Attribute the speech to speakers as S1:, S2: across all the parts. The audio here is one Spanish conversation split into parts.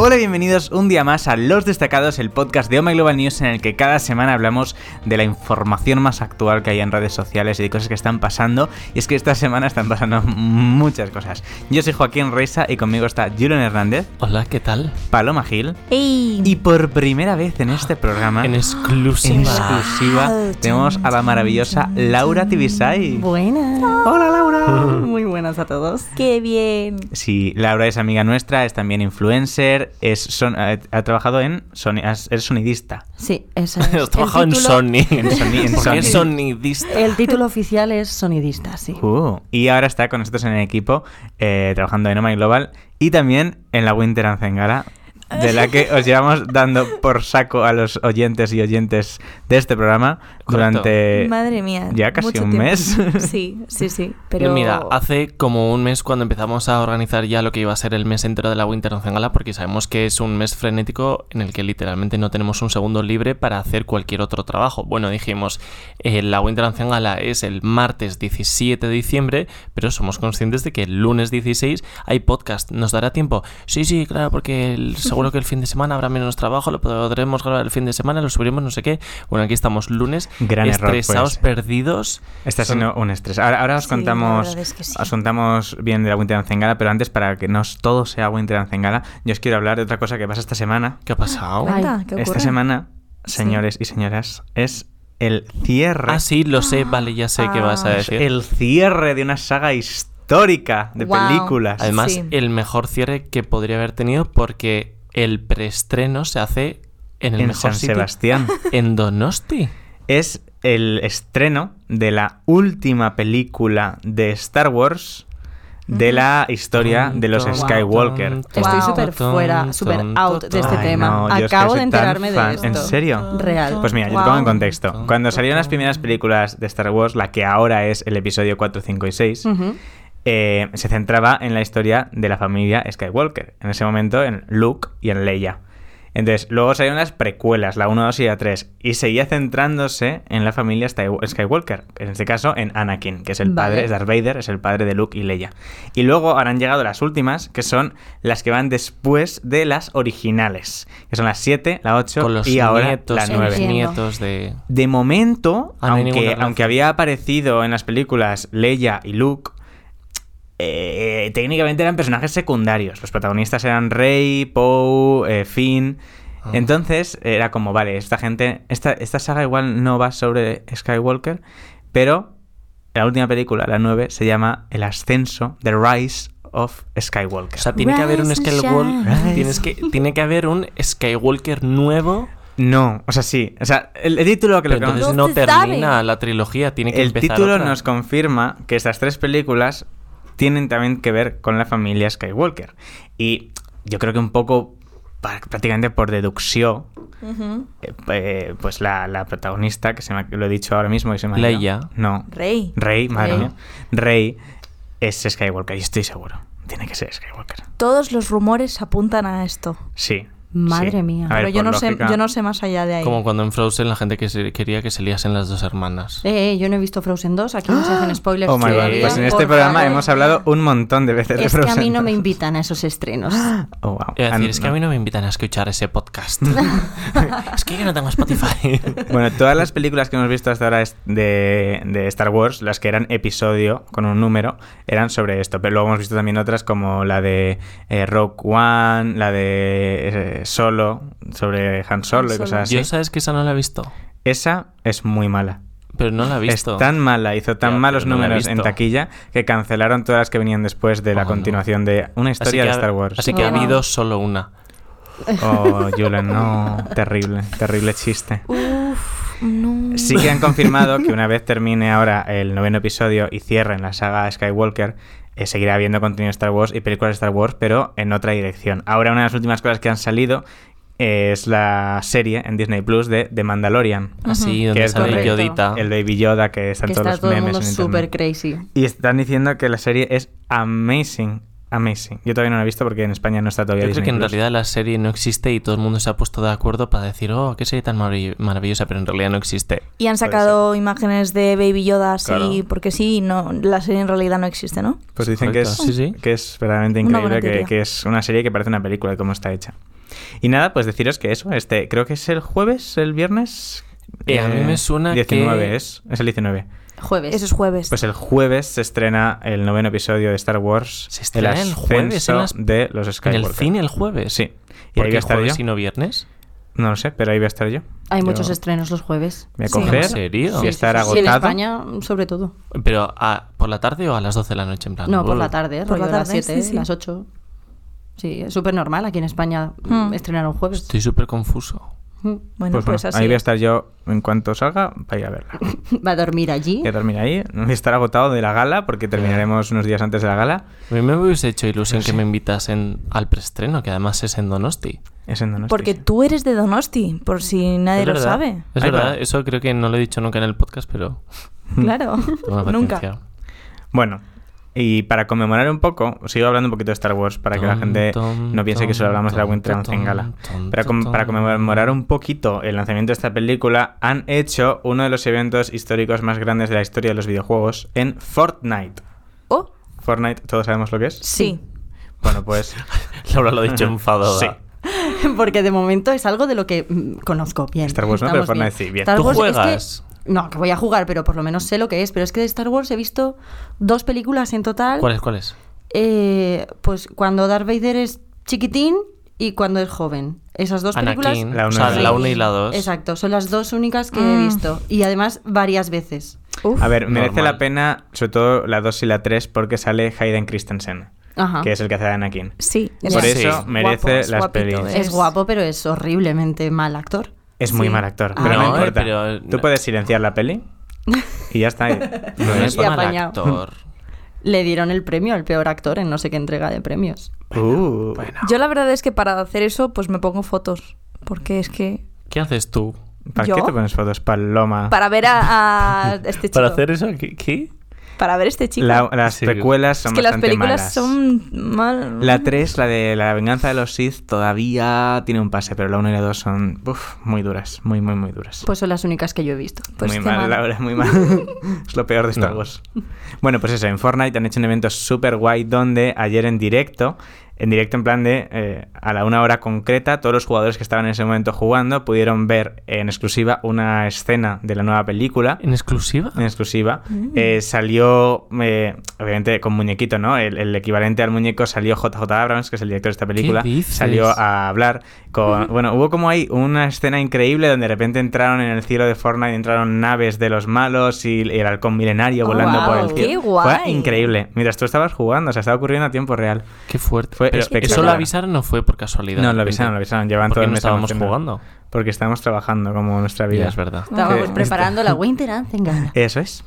S1: Hola, bienvenidos un día más a Los Destacados, el podcast de Oma Global News en el que cada semana hablamos de la información más actual que hay en redes sociales y de cosas que están pasando. Y es que esta semana están pasando muchas cosas. Yo soy Joaquín Reisa y conmigo está Julian Hernández,
S2: Hola, ¿qué tal?
S1: Paloma Gil
S3: ¡Ey!
S1: y por primera vez en este programa,
S2: En
S1: en
S2: exclusiva.
S1: exclusiva, tenemos a la maravillosa Laura Tibisay.
S3: Buenas.
S1: Hola Laura.
S4: Muy buenas a todos.
S3: ¡Qué bien!
S1: Sí, Laura es amiga nuestra, es también influencer, es son- ha, ha trabajado en Sony, es sonidista.
S4: Sí, eso es.
S2: Has trabajado en
S3: título-
S2: Sony.
S1: En Sony, en
S2: Porque es
S1: Sony.
S2: sonidista.
S4: El título oficial es sonidista, sí.
S1: Uh, y ahora está con nosotros en el equipo, eh, trabajando en Omai Global y también en la Winter Anthem Gala, de la que os llevamos dando por saco a los oyentes y oyentes de este programa
S2: Correcto.
S1: durante...
S3: Madre mía.
S1: Eh, ya casi
S3: mucho
S1: un
S3: tiempo.
S1: mes.
S3: Sí, sí, sí. Pero.
S2: Pues Mira, hace como un mes cuando empezamos a organizar ya lo que iba a ser el mes entero de la Winter Ocean Gala, porque sabemos que es un mes frenético en el que literalmente no tenemos un segundo libre para hacer cualquier otro trabajo. Bueno, dijimos, eh, la Winter Ocean Gala es el martes 17 de diciembre, pero somos conscientes de que el lunes 16 hay podcast. ¿Nos dará tiempo? Sí, sí, claro, porque el- seguro que el fin de semana habrá menos trabajo, lo podremos grabar el fin de semana, lo subiremos, no sé qué. Bueno, aquí estamos lunes,
S1: Gran error fue
S2: estresados,
S1: ese.
S2: perdidos.
S1: Está
S2: Son-
S1: siendo un estrés. Ahora, ahora os
S3: Sí, la
S1: contamos
S3: verdad es que sí.
S1: os contamos bien de la Winter Anthem Gala, pero antes, para que no os- todo sea Winter Anthem Gala, yo os quiero hablar de otra cosa que pasa esta semana.
S2: ¿Qué ha pasado?
S3: Anda, ¿qué
S1: Esta
S3: ocurre?
S1: semana, señores y señoras, es el cierre.
S2: Ah, sí, lo sé, vale, ya sé qué vas a
S3: Ah.
S1: Es
S2: decir.
S1: el cierre de una saga histórica de
S3: Guau.
S1: películas.
S3: Adem-
S2: Además,
S3: Sí.
S2: el mejor cierre que podría haber tenido porque el preestreno se hace en el
S1: en
S2: mejor
S1: San
S2: sitio,
S1: Sebastián.
S2: en Donosti.
S1: es el estreno de la última película de Star Wars de la historia de los
S2: Tum, tum,
S1: Skywalker.
S2: tum, tum,
S4: Estoy
S3: Wow.
S4: súper
S2: tum,
S4: fuera,
S2: tum,
S4: súper
S2: tum,
S4: out de este
S2: tum.
S1: Ay,
S4: tema.
S1: no, yo es que
S4: Acabo
S1: soy
S4: de
S1: tan
S4: enterarme de
S1: fan.
S4: esto.
S1: ¿En serio?
S4: Real.
S1: Pues mira, yo te
S3: Wow.
S1: pongo en contexto. Cuando salieron las primeras películas de Star Wars, la que ahora es el episodio 4, 5 y 6,
S4: Ujú.
S1: eh, se centraba en la historia de la familia Skywalker. En ese momento, en Luke y en Leia. Entonces, luego salieron las precuelas, la 1, 2 y la 3, y seguía centrándose en la familia Sky- Skywalker, en este caso en Anakin, que es el
S4: Vale.
S1: padre, es Darth Vader, es el padre de Luke y Leia. Y luego ahora han llegado las últimas, que son las que van después de las originales, que son las 7, la 8
S2: Con los
S1: y ahora
S2: nietos,
S1: la
S2: y los
S1: 9.
S3: Entiendo.
S2: nietos de...
S1: De momento,
S2: Ah, no hay ninguna
S1: aunque,
S2: relación.
S1: aunque había aparecido en las películas Leia y Luke, eh, técnicamente eran personajes secundarios. Los protagonistas eran Rey, Poe, eh, Finn.
S2: Ah.
S1: Entonces era como, vale, esta gente, esta, esta saga igual no va sobre Skywalker, pero la última película, la 9, se llama El ascenso, The Rise of Skywalker.
S2: O sea, tiene que haber un
S3: Rise and
S2: Skywalker...
S1: shine.
S2: Tienes que, tiene que haber un Skywalker nuevo,
S1: no, o sea, sí. O sea, el, el título que lo
S2: pero
S1: que
S2: entonces no,
S3: No se
S2: termina
S3: sabe.
S2: la trilogía, tiene que
S1: El
S2: empezar
S1: título
S2: otra.
S1: nos confirma que estas tres películas tienen también que ver con la familia Skywalker. Y yo creo que un poco, pa- prácticamente por deducción,
S3: Ujú.
S1: eh, eh, pues la, la protagonista, que se me, ha- lo he dicho ahora mismo, que se me ha ido.
S2: Leia.
S1: No.
S3: Rey.
S1: Rey, madre
S3: Rey.
S1: mía. Rey es Skywalker, y estoy seguro. Tiene que ser Skywalker.
S3: Todos los rumores apuntan a esto.
S1: Sí.
S4: Madre
S1: sí.
S4: mía.
S1: A ver,
S3: pero yo
S1: por
S3: no, sé,
S1: lógica-
S3: yo no sé más allá de ahí.
S2: Como cuando en Frozen la gente que se- quería que se liasen las dos hermanas.
S4: Eh, eh, yo no he visto Frozen 2, aquí no se hacen spoilers.
S1: Oh my god.
S4: todavía,
S1: Pues en este
S4: por
S1: programa
S4: favor.
S1: hemos hablado un montón de veces de
S4: Es que a mí
S1: Frozen
S4: no me
S1: dos.
S4: invitan a esos estrenos.
S1: Oh, wow.
S2: Es
S1: Ah,
S2: decir, es que a mí no me invitan a escuchar ese podcast. es que yo no tengo Spotify.
S1: Bueno, todas las películas que hemos visto hasta ahora es- de, de Star Wars, las que eran episodio con un número, eran sobre esto. Pero luego hemos visto también otras como la de eh, Rogue One, la de eh, Solo, sobre Han Solo y
S3: Solo.
S1: cosas así.
S2: Yo sabes que esa no la he visto.
S1: Esa es muy mala.
S2: Pero no la he visto.
S1: Es tan mala, hizo tan
S2: Ya,
S1: malos
S2: pero no la he
S1: números en
S2: visto.
S1: taquilla que cancelaron todas las que venían después de la
S2: Oh, no.
S1: continuación de una
S2: Así que
S1: historia de
S2: ha-
S1: Star Wars.
S2: Así que ha
S3: Wow.
S2: habido solo una.
S1: Oh, Julen, no. Terrible, terrible chiste.
S3: Uf, no.
S1: Sí que han confirmado que una vez termine ahora el noveno episodio y cierren la saga Skywalker, eh, seguirá habiendo contenido Star Wars y películas de Star Wars, pero en otra dirección. Ahora una de las últimas cosas que han salido es la serie en Disney Plus de The Mandalorian.
S2: Así,
S1: Que
S2: donde
S1: es
S2: sale
S1: correcto.
S2: Yodita.
S1: El Baby Yoda que están
S4: que
S1: todos
S4: está
S1: los
S4: todo el
S1: memes
S4: mundo
S1: en
S4: súper
S1: internet.
S4: crazy.
S1: Y están diciendo que la serie es amazing, amazing. Yo todavía no la he visto porque en España no está
S2: Yo
S1: todavía
S2: creo
S1: Disney
S2: que en
S1: Plus.
S2: realidad la serie no existe y todo el mundo se ha puesto de acuerdo para decir, oh, qué serie tan marav- maravillosa, pero en realidad no existe.
S3: Y han sacado imágenes de Baby Yoda así,
S1: Claro.
S3: porque sí, no, la serie en realidad no existe, ¿no?
S1: Pues dicen que es,
S2: Correcto. Sí, sí.
S1: que es verdaderamente
S3: Una buena
S1: increíble, que,
S3: teoría.
S1: que es una serie que parece una película de cómo está hecha. Y nada, pues deciros que eso, este, creo que es el jueves, el viernes.
S2: Eh, a mí me suena que-
S1: 19 es, es el 19.
S4: Jueves.
S3: Eso es jueves.
S1: Pues el jueves se estrena el noveno episodio de Star Wars.
S2: Se estrena el jueves en
S1: ascenso
S2: las-
S1: de los
S2: En
S1: Skywalker.
S2: el cine el jueves.
S1: Sí. Y
S2: ¿Por
S1: ahí voy
S2: qué
S1: a estar yo.
S2: jueves y no viernes?
S1: No lo sé, pero ahí voy a estar yo.
S4: Hay
S1: Yo
S4: muchos estrenos los jueves.
S1: Me voy a
S3: Sí.
S1: coger
S2: ¿En serio?
S1: y estar
S4: Sí, sí, sí. Y en
S1: agotado.
S4: España, sobre todo.
S2: Pero ¿a- por la tarde o a las 12 de la noche en plan.
S4: No, por
S2: uh,
S4: la tarde,
S3: Por
S4: por
S3: la
S4: las
S3: tarde,
S4: 7,
S3: sí, sí.
S4: las 8. Sí, es súper normal aquí en España
S3: Mm.
S4: mm, estrenar un jueves.
S2: Estoy súper confuso.
S4: Mm.
S3: bueno,
S1: Pues
S3: pues,
S1: bueno,
S3: así.
S1: ahí voy a estar yo en cuanto salga para ir a verla.
S4: Va a dormir allí.
S1: Que termina ahí. Voy a estar agotado de la gala porque terminaremos unos días antes de la gala.
S2: A mí me hubiese hecho
S1: Pues
S2: ilusión que me invitasen al preestreno, que además es en Donosti.
S1: Es en Donosti,
S3: Porque
S1: sí.
S3: tú eres de Donosti, por si nadie
S2: Es
S3: lo
S2: verdad,
S3: sabe.
S2: Es
S1: Ay,
S2: verdad,
S1: pero-
S2: eso creo que no lo he dicho nunca en el podcast, pero
S3: Claro.
S2: toma
S3: Nunca.
S2: paciencia.
S1: Bueno, y para conmemorar un poco, sigo hablando un poquito de Star Wars para que la
S2: Tom,
S1: gente
S2: tom,
S1: no piense que solo hablamos de la
S2: tom,
S1: Winter
S2: tom,
S1: en Gala.
S2: tom,
S1: Pero com-
S2: tom,
S1: para
S2: tom.
S1: conmemorar un poquito el lanzamiento de esta película, han hecho uno de los eventos históricos más grandes de la historia de los videojuegos en Fortnite.
S3: Oh,
S1: Fortnite, ¿todos sabemos lo que es?
S3: sí.
S1: Bueno, pues...
S2: Laura lo ha dicho enfadada.
S1: Sí.
S4: Porque de momento es algo de lo que mm, conozco bien.
S1: Star Wars no,
S4: Estamos
S1: pero Fortnite sí, bien.
S4: Star
S2: ¿Tú
S4: Wars es que-
S2: juegas?
S4: no, que voy a jugar, pero por lo menos sé lo que es. Pero es que de Star Wars he visto dos películas en total.
S2: ¿Cuál es? ¿Cuál es?
S4: Eh, pues cuando Darth Vader es chiquitín y cuando es joven. Esas dos
S2: Anakin.
S4: películas.
S1: La
S2: o
S1: uno
S2: sea,
S1: y la
S2: la
S1: dos.
S2: 1 y la 2.
S4: Exacto, son las dos únicas que
S3: Mm.
S4: he visto. Y además varias veces.
S3: Uf.
S1: A ver, merece
S2: Normal.
S1: la pena, sobre todo la 2 y la 3, porque sale Hayden Christensen,
S4: Ajá.
S3: Ah.
S1: que es el que hace de Anakin.
S3: Sí.
S4: Es
S1: Por
S4: guapo.
S1: eso
S3: Sí.
S1: merece
S3: Guapo, es
S1: las
S3: guapito,
S1: pelis.
S3: ¿eh?
S4: Es guapo, pero es horriblemente mal actor.
S1: Es muy
S3: Sí.
S1: mal actor,
S4: Ah.
S1: pero no,
S4: No,
S2: eh,
S1: importa.
S2: pero-
S1: Tú puedes silenciar la peli y ya está. No
S2: No es
S4: Y
S1: importa.
S2: mal
S4: apañado.
S2: actor.
S4: Le dieron el premio al peor actor en no sé qué entrega de premios.
S1: Uh,
S3: Yo la verdad es que para hacer eso, pues me pongo fotos. Porque es que...
S2: ¿Qué haces tú?
S1: ¿Para
S3: ¿Yo?
S1: qué te pones fotos, Paloma?
S3: Para ver a, a este chico.
S2: eso? ¿Qué? qué?
S3: Para ver este chico.
S1: La- las
S2: Sí.
S1: precuelas son
S3: es que las
S1: bastante
S3: películas
S1: malas.
S3: son mal...
S1: La 3, la de la venganza de los Sith, todavía tiene un pase, pero la 1 y la 2 son uf, muy duras, muy, muy, muy duras.
S4: Pues son las únicas que yo he visto.
S3: pues
S1: muy
S3: qué
S1: mal,
S3: mal.
S1: Laura, muy mal. es lo peor de Star
S2: No.
S1: Wars. Bueno, pues eso, en Fortnite han hecho un evento súper guay donde ayer en directo, en directo en plan de eh, a la una hora concreta, todos los jugadores que estaban en ese momento jugando pudieron ver en exclusiva una escena de la nueva película.
S2: ¿En exclusiva?
S1: En exclusiva.
S3: Ah. Mm.
S1: Eh, salió, eh, obviamente, con muñequito, ¿no? El, el equivalente al muñeco salió JJ Abrams, que es el director de esta película.
S2: dices?
S1: Salió a hablar con. Bueno, hubo como ahí una escena increíble donde de repente entraron en el cielo de Fortnite, entraron naves de los malos y, el halcón milenario
S3: Oh,
S1: volando por el
S3: wow,
S1: cielo.
S3: qué guay.
S1: Fue increíble. Mientras tú estabas jugando, o sea, estaba ocurriendo a tiempo real.
S2: Qué fuerte.
S1: Fue
S2: Pero ¿Eso lo
S1: espectacular.
S2: avisaron o fue por casualidad?
S1: No, lo avisaron, lo avisaron. Llevan todo
S2: Porque
S1: el
S2: no
S1: mes
S2: estábamos
S1: anunciando.
S2: jugando.
S1: Porque estábamos trabajando como nuestra vida.
S2: Ya, es verdad.
S4: Estábamos
S1: Que-
S4: preparando
S1: Este.
S4: la Winter Anzengala.
S1: Eso es.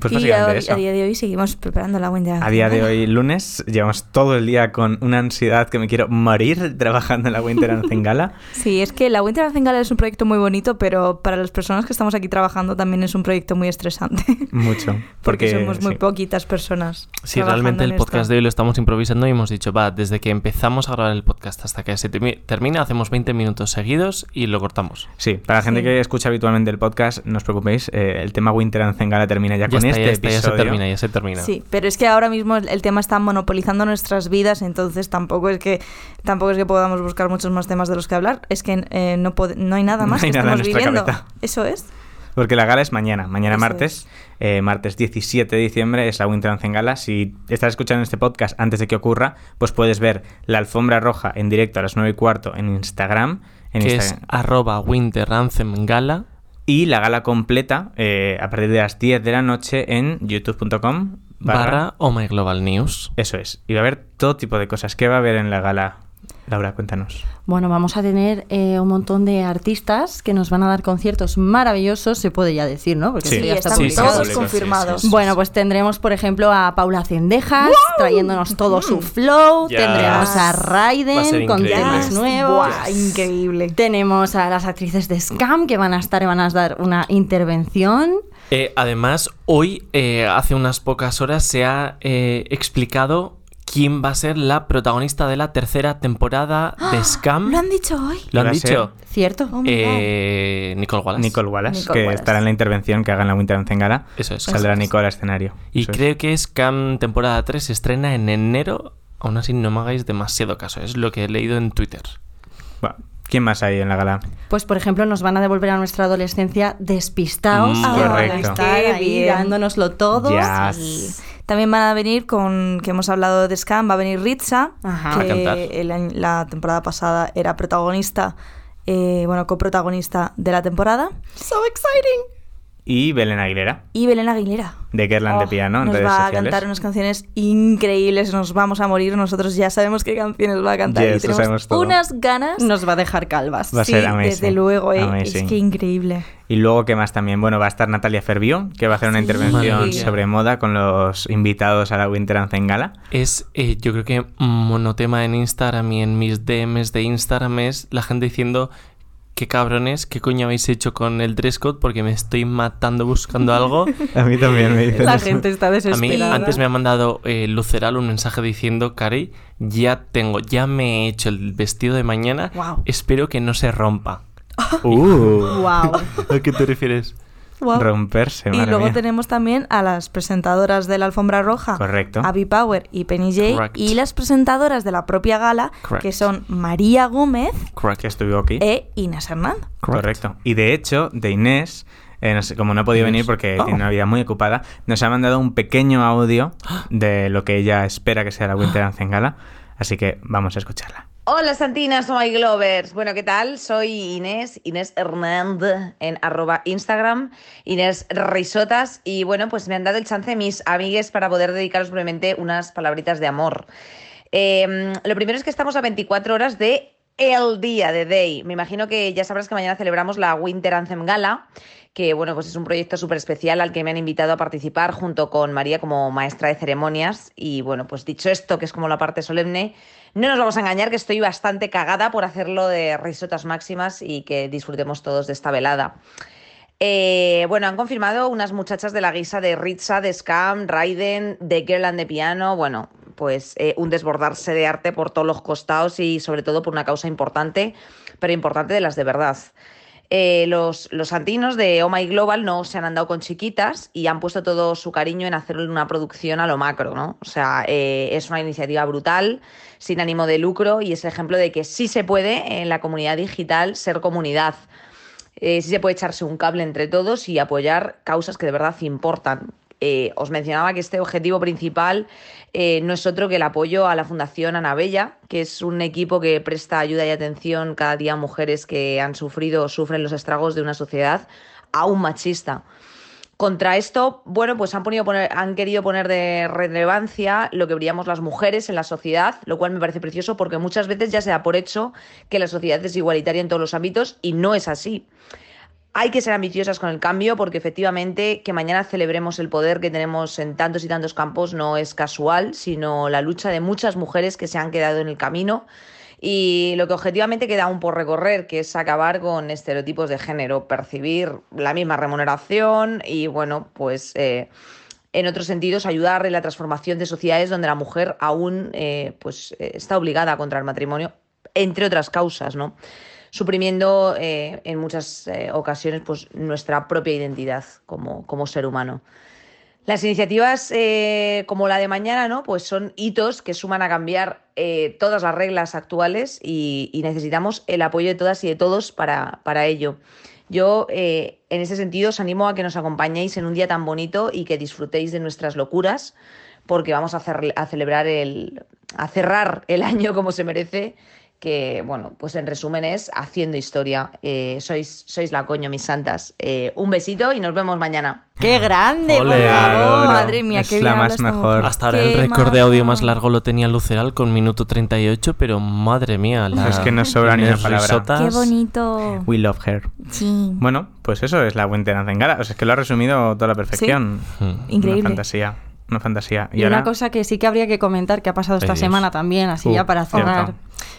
S1: Pues
S3: y a,
S1: básicamente eso.
S3: a día de hoy seguimos preparando la Winter
S1: A día de hoy, lunes, llevamos todo el día con una ansiedad que me quiero morir trabajando en la Winter Anthem Gala.
S3: Sí, es que la Winter Arts en Gala es un proyecto muy bonito, pero para las personas que estamos aquí trabajando también es un proyecto muy estresante.
S1: Mucho. Porque,
S3: Porque, somos muy
S1: sí.
S3: poquitas personas.
S2: Sí, realmente el podcast de hoy lo estamos improvisando y hemos dicho, va, desde que empezamos a grabar el podcast hasta que se termi- termina, hacemos 20 minutos seguidos y lo cortamos.
S1: Sí, para la gente
S3: Sí.
S1: que escucha habitualmente el podcast, no os preocupéis, eh, el tema Winter Anthem Gala termina ya, con
S2: ya está,
S1: este
S2: ya, está, ya se
S1: episodio.
S2: termina, ya se termina.
S3: Sí, pero es que ahora mismo el el tema está monopolizando nuestras vidas, entonces tampoco es que tampoco es que podamos buscar muchos más temas de los que hablar, es que eh, no, pod- no hay nada
S1: No
S3: más
S1: hay
S3: que
S1: nada en
S3: estemos
S1: nuestra
S3: viviendo.
S1: cabeza.
S3: Eso es.
S1: Porque la gala es mañana, mañana
S3: Eso
S1: martes, eh, martes 17 de diciembre es la Winter Anthem Gala. Si estás escuchando este podcast antes de que ocurra, pues puedes ver la alfombra roja en directo a las 9 y cuarto en Instagram. En este
S2: que es
S1: Instagram.
S2: arroba Winter Anthem Gala.
S1: Y la gala completa eh, a partir de las 10 de la noche en youtube.com
S2: barra, Oh My Global News.
S1: Eso es. Y va a haber todo tipo de cosas. ¿Qué va a haber en la gala? Laura, cuéntanos.
S4: Bueno, vamos a tener eh, un montón de artistas que nos van a dar conciertos maravillosos, se puede ya decir, ¿no? Porque
S1: Sí.
S4: esto
S3: Sí,
S4: ya está
S3: están
S2: sí,
S4: publicado.
S3: todos
S1: sí, sí,
S3: confirmados.
S1: sí, sí, sí.
S4: Bueno, pues tendremos, por ejemplo, a Paula Cendejas trayéndonos todo su flow.
S2: Yes.
S4: Tendremos a
S2: Va a ser
S4: Raiden con
S2: increíble.
S4: temas
S2: Yes.
S4: nuevos.
S3: Buah, increíble.
S4: Tenemos a las actrices de Scam que van a estar y van a dar una intervención.
S2: Eh, además, hoy, eh, hace unas pocas horas, se ha eh, explicado quién va a ser la protagonista de la tercera temporada de Scam.
S3: ¡Ah! ¿Lo han dicho hoy?
S2: ¿Lo han
S1: Va a ser
S2: dicho?
S4: ¿Cierto?
S3: Oh my God.
S2: Eh, Nicole Wallace.
S1: Nicole Wallace,
S3: Nicole
S1: que
S3: Wallace.
S1: estará en la intervención que haga en la Winter Anthem Gala.
S2: Eso es.
S1: Saldrá Nicole al escenario.
S2: Y
S1: Eso es.
S2: creo que Scam temporada 3 se estrena en enero. Aún así, no me hagáis demasiado caso. Es lo que he leído en Twitter.
S1: Va, ¿Quién más hay en la gala?
S4: Pues, por ejemplo, nos van a devolver a nuestra adolescencia despistados.
S1: Mm,
S4: que van a
S1: correcto.
S4: estar
S3: Qué
S4: ahí
S3: bien.
S4: dándonoslo todo.
S1: Yes.
S4: Sí.
S3: También van a venir con, que hemos hablado de Scam, va a venir Ritza,
S4: Ajá.
S2: A cantar.
S3: que el año- la temporada pasada era protagonista, eh, bueno, coprotagonista de la temporada. So exciting.
S1: Y Belén Aguilera,
S3: Y Belén Aguilera.
S1: de Kerland de
S3: Oh,
S1: Piano, en
S3: nos
S1: redes
S3: va a
S1: sociales.
S3: cantar unas canciones increíbles, nos vamos a morir, nosotros ya sabemos qué canciones va a cantar
S1: Yes,
S3: y
S1: lo sabemos
S3: tenemos
S1: todo.
S3: unas ganas.
S4: Nos va a dejar calvas.
S1: Va a
S3: sí,
S1: ser amazing,
S3: desde luego, eh, es
S1: amazing.
S3: que increíble.
S1: Y luego, ¿qué más también? Bueno, va a estar Natalia Ferbió, que va a hacer una
S3: Sí.
S1: intervención
S2: Maravilla.
S1: sobre moda con los invitados a la Winter Dance en Gala.
S2: Es, eh, yo creo que monotema en Instagram y en mis DMs de Instagram es la gente diciendo qué cabrones, qué coño habéis hecho con el dress code porque me estoy matando buscando algo.
S1: A mí también me dicen
S4: La
S1: eso.
S4: gente está
S2: A mí
S4: desesperada.
S2: antes me ha mandado eh, Luceral un mensaje diciendo, Cari, ya tengo, ya me he hecho el vestido de mañana,
S3: Guau.
S2: espero que no se rompa.
S1: Uh,
S4: Wow.
S2: ¿A qué te refieres?
S3: Guau.
S1: Romperse,
S3: Y
S1: madre
S3: luego
S1: mía.
S3: tenemos también a las presentadoras de la alfombra roja,
S1: Correcto.
S3: Abby Power y Penny Jay,
S2: Correct.
S3: y las presentadoras de la propia gala,
S2: Correct.
S3: que son María Gómez
S1: Que estuvo aquí.
S3: e Inés Hernández.
S1: Correcto. Y de hecho, de Inés, eh, no sé, como no ha podido
S2: Inés.
S1: venir porque
S2: Oh.
S1: tiene una vida muy ocupada, nos ha mandado un pequeño audio de lo que ella espera que sea la Winter Dance en Gala. Así que vamos a escucharla.
S5: Hola Santinas, no hay Glovers. Bueno, ¿qué tal? Soy Inés, Inés Hernández en arroba Instagram, Inés Risotas y bueno, pues me han dado el chance mis amigues para poder dedicaros brevemente unas palabritas de amor. Eh, lo primero es que estamos a 24 horas de el día de Day. Me imagino que ya sabrás que mañana celebramos la Winter Anthem Gala, que bueno, pues es un proyecto súper especial al que me han invitado a participar junto con María como maestra de ceremonias. Y bueno, pues dicho esto, que es como la parte solemne, no nos vamos a engañar que estoy bastante cagada por hacerlo de risotas máximas y que disfrutemos todos de esta velada. Eh, bueno, han confirmado unas muchachas de la guisa de Ritza, de Scam, Raiden, de Girl and the Piano. Bueno, pues eh, un desbordarse de arte por todos los costados y sobre todo por una causa importante, pero importante de las de verdad. Eh, los, los antinos de Oh My Global no se han andado con chiquitas y han puesto todo su cariño en hacer una producción a lo macro, ¿no? O sea, eh, es una iniciativa brutal, sin ánimo de lucro y es el ejemplo de que sí se puede en la comunidad digital ser comunidad eh, sí se puede echarse un cable entre todos y apoyar causas que de verdad importan. Eh, os mencionaba que este objetivo principal eh, no es otro que el apoyo a la Fundación Anabella, que es un equipo que presta ayuda y atención cada día a mujeres que han sufrido o sufren los estragos de una sociedad aún machista. Contra esto, bueno, pues han, ponido poner- han querido poner de relevancia lo que veríamos las mujeres en la sociedad, lo cual me parece precioso porque muchas veces ya se da por hecho que la sociedad es igualitaria en todos los ámbitos y no es así. Hay que ser ambiciosas con el cambio porque efectivamente que mañana celebremos el poder que tenemos en tantos y tantos campos no es casual, sino la lucha de muchas mujeres que se han quedado en el camino y lo que objetivamente queda aún por recorrer, que es acabar con estereotipos de género, percibir la misma remuneración y bueno, pues eh, en otros sentidos ayudar en la transformación de sociedades donde la mujer aún eh, pues, eh, está obligada contra el matrimonio, entre otras causas, ¿no? suprimiendo eh, en muchas eh, ocasiones pues, nuestra propia identidad como, como ser humano. Las iniciativas eh, como la de mañana, ¿no? Pues son hitos que suman a cambiar eh, todas las reglas actuales y, y necesitamos el apoyo de todas y de todos para, para ello. Yo, eh, en ese sentido, os animo a que nos acompañéis en un día tan bonito y que disfrutéis de nuestras locuras, porque vamos a, cer- a celebrar el, a cerrar el año como se merece, que, bueno, pues en resumen es haciendo historia. Eh, sois, sois la coño, mis santas. Eh, un besito y nos vemos mañana.
S3: ¡Qué grande! por
S2: Ole,
S3: favor!
S2: adoro.
S3: madre mía,
S1: Es
S3: qué bien
S1: la
S3: habla
S1: más
S3: esta mujer.
S1: mejor.
S2: Hasta ahora
S3: Qué
S2: el récord de audio más
S3: maja.
S2: largo lo tenía Luceral con minuto 38, pero madre mía, la
S1: Es que no sobra ni una
S2: las
S1: palabra.
S2: risotas.
S3: ¡Qué bonito!
S1: We love her.
S3: Mm. Sí.
S1: Bueno, pues eso es la Winter Dance en Gala. O sea, es que lo ha resumido toda la perfección.
S2: Mm.
S1: Una
S3: Increíble.
S1: fantasía. Una fantasía.
S4: Y, una cosa que sí que habría que comentar que ha pasado esta
S2: Ay, Dios.
S4: semana también, así
S1: Uh,
S4: ya para
S1: cierto.
S4: cerrar.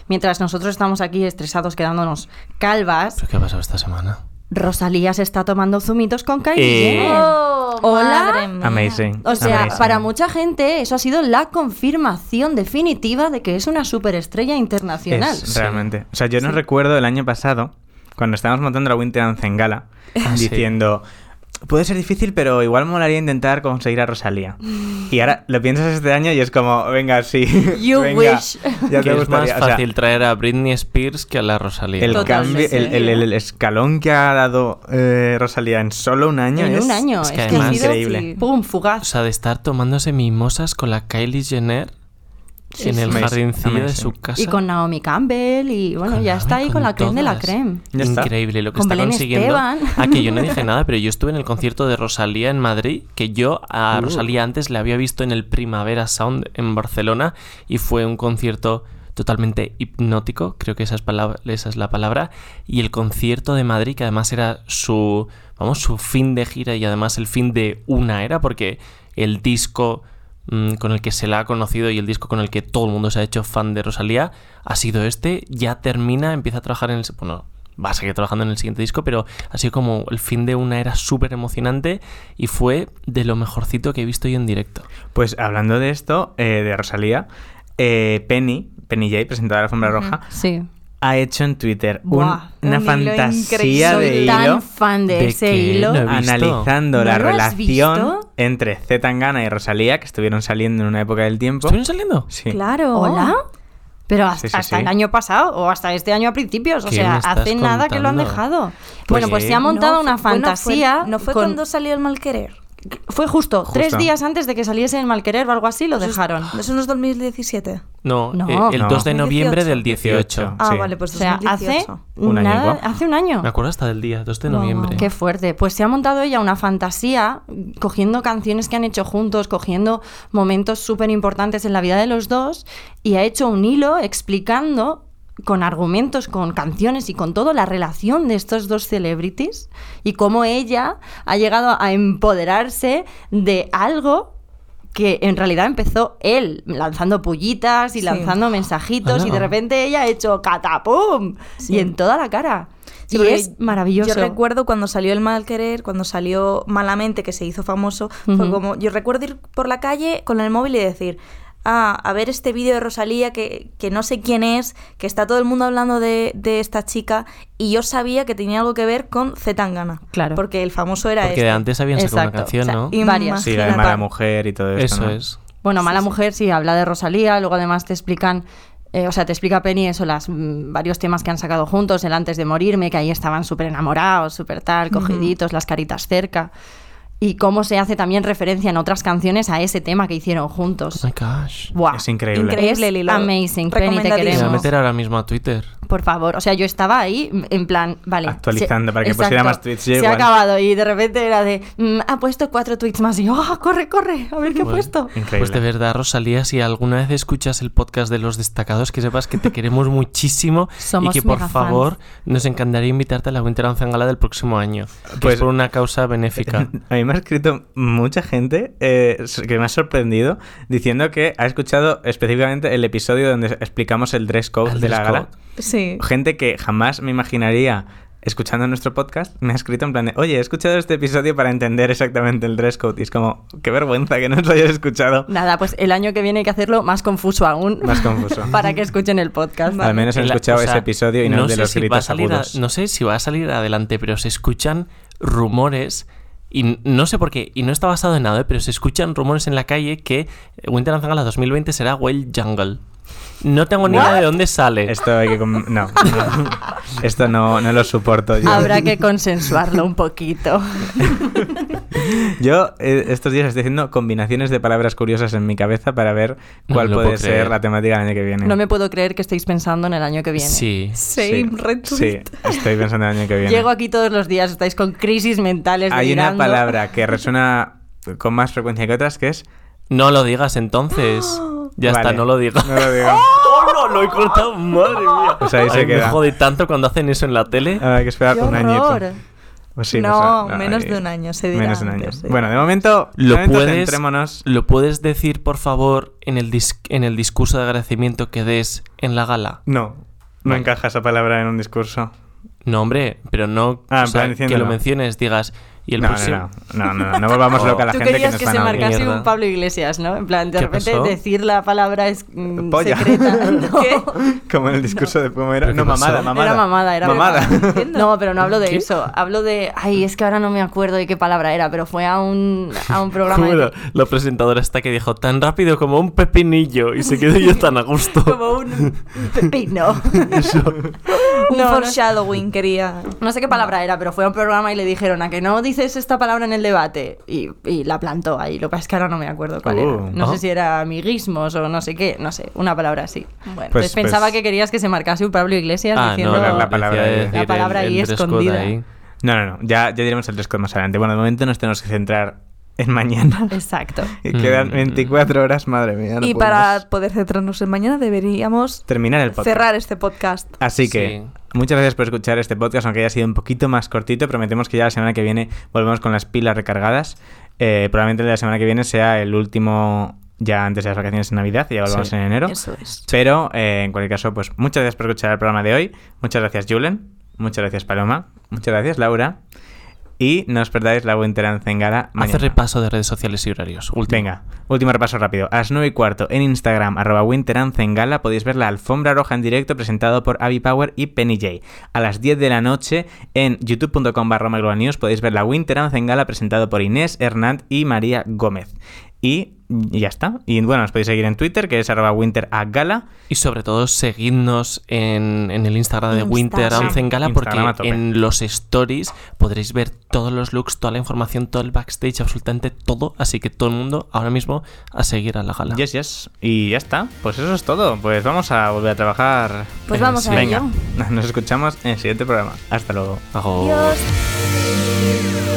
S4: Mientras nosotros estamos aquí estresados quedándonos calvas,
S2: ¿Pero qué ha pasado esta semana?
S4: Rosalía se está tomando zumitos con Kylie.
S2: Eh.
S4: Jenner. Oh, Hola.
S3: madre mía.
S1: Amazing.
S4: O sea,
S1: Amazing.
S4: para mucha gente eso ha sido la confirmación definitiva de que es una superestrella internacional.
S1: Es,
S2: Sí.
S1: Realmente. O sea, yo no
S4: Sí.
S1: recuerdo el año pasado, cuando estábamos montando la Winter Dance en Gala,
S2: Ah, sí.
S1: diciendo. puede ser difícil, pero igual molaría intentar conseguir a Rosalía. Y ahora lo piensas este año y es como, venga, sí.
S4: You
S1: venga,
S4: wish.
S1: Ya
S2: Que
S1: te
S2: es más
S1: gustaría. O sea,
S2: fácil traer a Britney Spears que a la Rosalía.
S1: el, cambio,
S4: Totalmente.
S1: el, el- el escalón que ha dado eh, Rosalía en solo un año
S4: En
S1: es...
S4: un año.
S2: es que
S4: Es que, ha
S2: además-
S4: sido
S1: Increíble.
S4: pum,
S2: O
S4: fugaz.
S2: sea, de estar tomándose mimosas con la Kylie Jenner
S4: Sí,
S2: en el
S1: sí.
S2: jardincillo de
S1: Amazing.
S2: su casa.
S4: Y con Naomi Campbell y bueno,
S2: Con
S4: ya
S2: Naomi,
S4: está ahí con,
S2: con
S4: la creme de la
S2: todas.
S4: creme.
S1: Ya está.
S2: Increíble lo que
S4: Con
S2: está
S4: Belén
S2: consiguiendo.
S4: Esteban.
S2: Ah, que yo no dije nada, pero yo estuve en el concierto de Rosalía en Madrid, que yo a
S1: Uh.
S2: Rosalía antes la había visto en el Primavera Sound en Barcelona y fue un concierto totalmente hipnótico, creo que esa es, palab- esa es la palabra, y el concierto de Madrid, que además era su, vamos, su fin de gira y además el fin de una era, porque el disco mm, con el que se la ha conocido y el disco con el que todo el mundo se ha hecho fan de Rosalía ha sido este. Ya termina, empieza a trabajar en el. se- Bueno, va a seguir trabajando en el siguiente disco, pero ha sido como el fin de una era súper emocionante y fue de lo mejorcito que he visto yo en directo.
S1: Pues hablando de esto, eh, de Rosalía, eh, Penny, Penny J, presentadora de la Alfombra Roja,
S4: Sí.
S1: ha hecho en Twitter
S4: Buah,
S1: un- una
S3: un hilo
S1: fantasía
S3: increíble.
S1: de
S4: Soy
S1: hilo
S4: tan fan de,
S2: ¿De
S4: ese
S2: qué?
S4: hilo.
S2: No he visto.
S1: analizando
S4: ¿No
S1: la
S4: lo has
S1: relación
S4: visto?
S1: entre Z Tangana y Rosalía, que estuvieron saliendo en una época del tiempo.
S2: ¿Estuvieron saliendo?
S1: Sí.
S3: Claro.
S4: Hola. Pero
S1: Sí,
S4: hasta,
S1: sí,
S4: hasta
S1: sí.
S4: el año pasado o hasta este año a principios, o
S2: ¿Qué me
S4: sea,
S2: estás
S4: hace nada que lo han
S2: contando?
S4: dejado.
S2: Pues
S4: bueno, pues
S2: sí.
S4: se ha montado
S3: No,
S4: una
S3: fue- bueno, fue-
S4: fantasía.
S3: ¿No fue
S4: con-
S3: cuando salió el mal querer?
S4: Fue justo, tres
S1: Justo.
S4: días antes de que saliese el mal querer o algo así, lo
S3: Eso es-
S4: dejaron.
S3: Eso no es 2017.
S2: No,
S4: No.
S2: eh, el
S1: No.
S2: 2 de noviembre
S3: 2018.
S2: del 18.
S3: Ah,
S1: Sí.
S3: vale, pues
S4: O sea,
S3: 2018.
S4: hace
S1: Un año
S4: nada-
S1: igual.
S4: hace un año.
S2: Me acuerdo hasta del día, 2 de
S3: Wow,
S2: noviembre.
S3: wow.
S4: Ah, Qué fuerte. Pues se ha montado ella una fantasía mm, cogiendo canciones que han hecho juntos, cogiendo momentos súper importantes en la vida de los dos y ha hecho un hilo explicando con argumentos, con canciones y con todo la relación de estos dos celebrities y cómo ella ha llegado a empoderarse de algo que en realidad empezó él lanzando pullitas y
S3: Sí.
S4: lanzando mensajitos
S2: Ah,
S4: y de
S2: no.
S4: repente ella ha hecho catapum
S3: Sí.
S4: y en toda la cara.
S3: Sí,
S4: y
S3: porque
S4: es maravilloso.
S3: Yo recuerdo cuando salió El Mal Querer, cuando salió Malamente, que se hizo famoso, fue
S4: Ujú.
S3: como. Yo recuerdo ir por la calle con el móvil y decir. Ah, a ver este vídeo de Rosalía que, que no sé quién es, que está todo el mundo hablando de, de esta chica y yo sabía que tenía algo que ver con Zetangana.
S4: Claro.
S3: Porque el famoso era
S2: Porque
S3: este.
S2: antes habían sacado una
S4: Exacto.
S2: canción,
S4: O sea,
S2: ¿no?
S4: y- varias.
S1: Sí, la de
S3: Imagínate.
S1: mala mujer y todo esto,
S2: Eso
S1: ¿no?
S2: es.
S4: Bueno, Mala
S3: sí.
S4: Mujer sí habla de Rosalía, luego además te explican, eh, o sea, te explica Penny eso, las, mm, varios temas que han sacado juntos, el antes de morirme, que ahí estaban súper enamorados, súper tal, cogiditos, las caritas cerca. Y cómo se hace también referencia en otras canciones a ese tema que hicieron juntos.
S2: Oh my gosh.
S4: Buah,
S1: Es increíble.
S3: Increíble,
S4: Es
S3: Lilo.
S2: Me
S4: amazing, Penny, te
S2: voy a
S3: Recomendadísimo.
S4: queremos.
S2: meter ahora mismo a Twitter.
S4: Por favor, o sea, yo estaba ahí mm, en plan, vale.
S1: Actualizando
S4: se-
S1: para que pusiera más tweets, yo
S4: Se ha
S1: igual.
S4: acabado y de repente era de, mm, ha puesto cuatro tweets más y yo, "Ah, corre, corre, a ver qué
S2: Bueno,
S4: he puesto.
S1: Increíble.
S2: Pues de verdad, Rosalía, si alguna vez escuchas el podcast de los destacados, que sepas que te queremos muchísimo
S4: Somos
S2: y que por
S4: megafans.
S2: favor nos encantaría invitarte a la Winter Dance Gala del próximo año, que
S1: Pues-
S2: es por una causa benéfica.
S1: A mí me ha escrito mucha gente eh, s- que me ha sorprendido diciendo que ha escuchado específicamente el episodio donde explicamos el dress code
S2: El
S1: de la
S2: dress
S1: gala.
S2: code.
S3: Sí.
S1: Gente que jamás me imaginaría escuchando nuestro podcast me ha escrito en plan de, oye, he escuchado este episodio para entender exactamente el dress code. Y es como, qué vergüenza que no os hayas escuchado.
S4: Nada, pues el año que viene hay que hacerlo más confuso aún.
S1: Más confuso.
S4: para que escuchen el podcast.
S1: Al menos han
S2: En la-
S1: escuchado
S2: o sea,
S1: ese episodio y no, el de
S2: sé
S1: los
S2: si va a
S1: gritos
S2: salir a-
S1: agudos.
S2: no sé si va a salir adelante, pero se escuchan rumores y n- no sé por qué, y no está basado en nada, ¿eh? pero se escuchan rumores en la calle que Winter Dance Gala 2020 será Wild Jungle. No tengo ni idea de dónde sale.
S1: Esto hay que... com- No, no. Esto no, no lo soporto yo.
S4: Habrá que consensuarlo un poquito.
S1: Yo eh, estos días estoy haciendo combinaciones de palabras curiosas en mi cabeza para ver
S2: No
S1: cuál
S2: me lo
S1: puede
S2: puedo
S1: ser
S2: creer.
S1: la temática del año que viene.
S4: No me puedo creer que estéis pensando en el año que viene.
S2: Sí.
S1: Sí,
S3: Same retweet.
S1: sí, estoy pensando en el año que viene.
S4: Llego aquí todos los días, estáis con crisis mentales.
S1: Hay una
S4: delirando.
S1: palabra que resuena con más frecuencia que otras que es...
S2: No lo digas entonces. Ya está,
S1: Vale,
S2: no lo digas.
S1: No lo digo.
S2: ¡Oh, no! Lo he cortado, madre mía.
S1: Pues ahí se
S2: Ay,
S1: queda.
S2: Me jode tanto cuando hacen eso en la tele.
S1: Ahora hay que esperar
S4: ¡Qué
S1: un añito.
S4: horror!
S1: Pues sí,
S3: No,
S1: pues,
S3: menos de un año, se dirá
S1: Menos de un año.
S3: antes, se dirá.
S1: Bueno, de momento, de
S2: Lo
S1: momento
S2: puedes,
S1: centrémonos.
S2: lo puedes decir, por favor, en el, dis- en el discurso de agradecimiento que des en la gala.
S1: No, no
S2: Vale.
S1: encaja esa palabra en un discurso.
S2: No, hombre, pero no
S1: Ah, en
S2: o sea,
S1: plan
S2: que
S1: diciéndolo.
S2: lo menciones, digas, Y el
S1: no,
S2: próximo... Oh.
S1: no, no, no, no, no volvamos loca a la
S4: Tú
S1: gente que
S4: querías
S1: nos
S4: que,
S1: van
S4: se
S1: a oír.
S4: marcase
S2: Mierda.
S4: un Pablo Iglesias, ¿no? En plan, de
S2: ¿Qué
S4: repente
S2: pasó?
S4: decir la palabra es mm,
S1: Polla.
S4: secreta. No.
S1: Como en el discurso de cómo era.
S2: ¿Pero
S1: No,
S2: qué pasó?
S1: mamada,
S2: Era
S1: mamada.
S4: Era mamada, era
S1: mamada.
S4: No, pero no hablo de
S2: ¿Qué?
S4: eso. Hablo de. Ay, es que ahora no me acuerdo de qué palabra era, pero fue a un, a un programa. de-
S2: Juro, la presentadora está que dijo tan rápido como un pepinillo y se quedó yo tan a gusto.
S4: Como un pepino.
S3: Un
S4: No, no.
S3: foreshadowing quería.
S4: No sé qué palabra era, pero fue a un programa y le dijeron a que no dices esta palabra en el debate. Y, y la plantó ahí. Lo que pasa es que ahora no me acuerdo cuál
S1: Uh,
S4: era. No
S2: ah.
S4: sé si era amiguismos o no sé qué. No sé, una palabra así.
S3: Bueno,
S1: Pues-
S4: Entonces pensaba que querías que se marcase un Pablo Iglesias
S2: Ah, no,
S4: diciendo.
S1: la- la
S2: decía
S1: palabra ahí.
S2: decir
S4: La palabra ahí
S2: dress code
S4: escondida.
S1: No, no, no. Ya, ya diremos el disco más adelante. Bueno, de momento nos tenemos que centrar en mañana.
S4: Exacto.
S1: Y Quedan
S2: Mm.
S1: 24 horas, madre mía. no
S3: y
S1: podemos
S3: para poder centrarnos en mañana deberíamos
S1: terminar el podcast.
S3: cerrar este podcast.
S1: Así que
S2: Sí.
S1: muchas gracias por escuchar este podcast, aunque haya sido un poquito más cortito. Prometemos que ya la semana que viene volvemos con las pilas recargadas. Eh, probablemente la semana que viene sea el último ya antes de las vacaciones de Navidad, y ya volvamos
S2: Sí.
S1: en enero.
S3: Eso es.
S1: Pero eh, en cualquier caso, pues muchas gracias por escuchar el programa de hoy. Muchas gracias, Julen. Muchas gracias, Paloma. Muchas gracias, Laura. Y no os perdáis la Winter Zengada
S2: Hace
S1: mañana.
S2: repaso de redes sociales y horarios. Último.
S1: Venga, último repaso rápido. A las 9 y cuarto en Instagram, arroba winteranzengala, podéis ver la alfombra roja en directo presentado por Abby Power y Penny J. A las 10 de la noche en youtube.com barra Global News podéis ver la winteranzengala presentado por Inés Hernánd y María Gómez. Y y ya está. Y bueno, os podéis seguir en Twitter, que es arroba winteragala.
S2: Y sobre todo, seguidnos en, en el Instagram de
S3: Instagram.
S2: Winter Dance en Gala
S1: Sí,
S2: porque
S1: Instagram a tope.
S2: en los stories podréis ver todos los looks, toda la información, todo el backstage, absolutamente todo. Así que todo el mundo ahora mismo a seguir a la gala.
S1: Yes, yes. Y ya está. Pues eso es todo. Pues vamos a volver a trabajar.
S3: Pues
S2: Venga,
S3: vamos
S2: sí.
S3: a
S1: Venga,
S3: ello.
S1: nos escuchamos en el siguiente programa. Hasta luego.
S2: Hago-
S3: Adiós.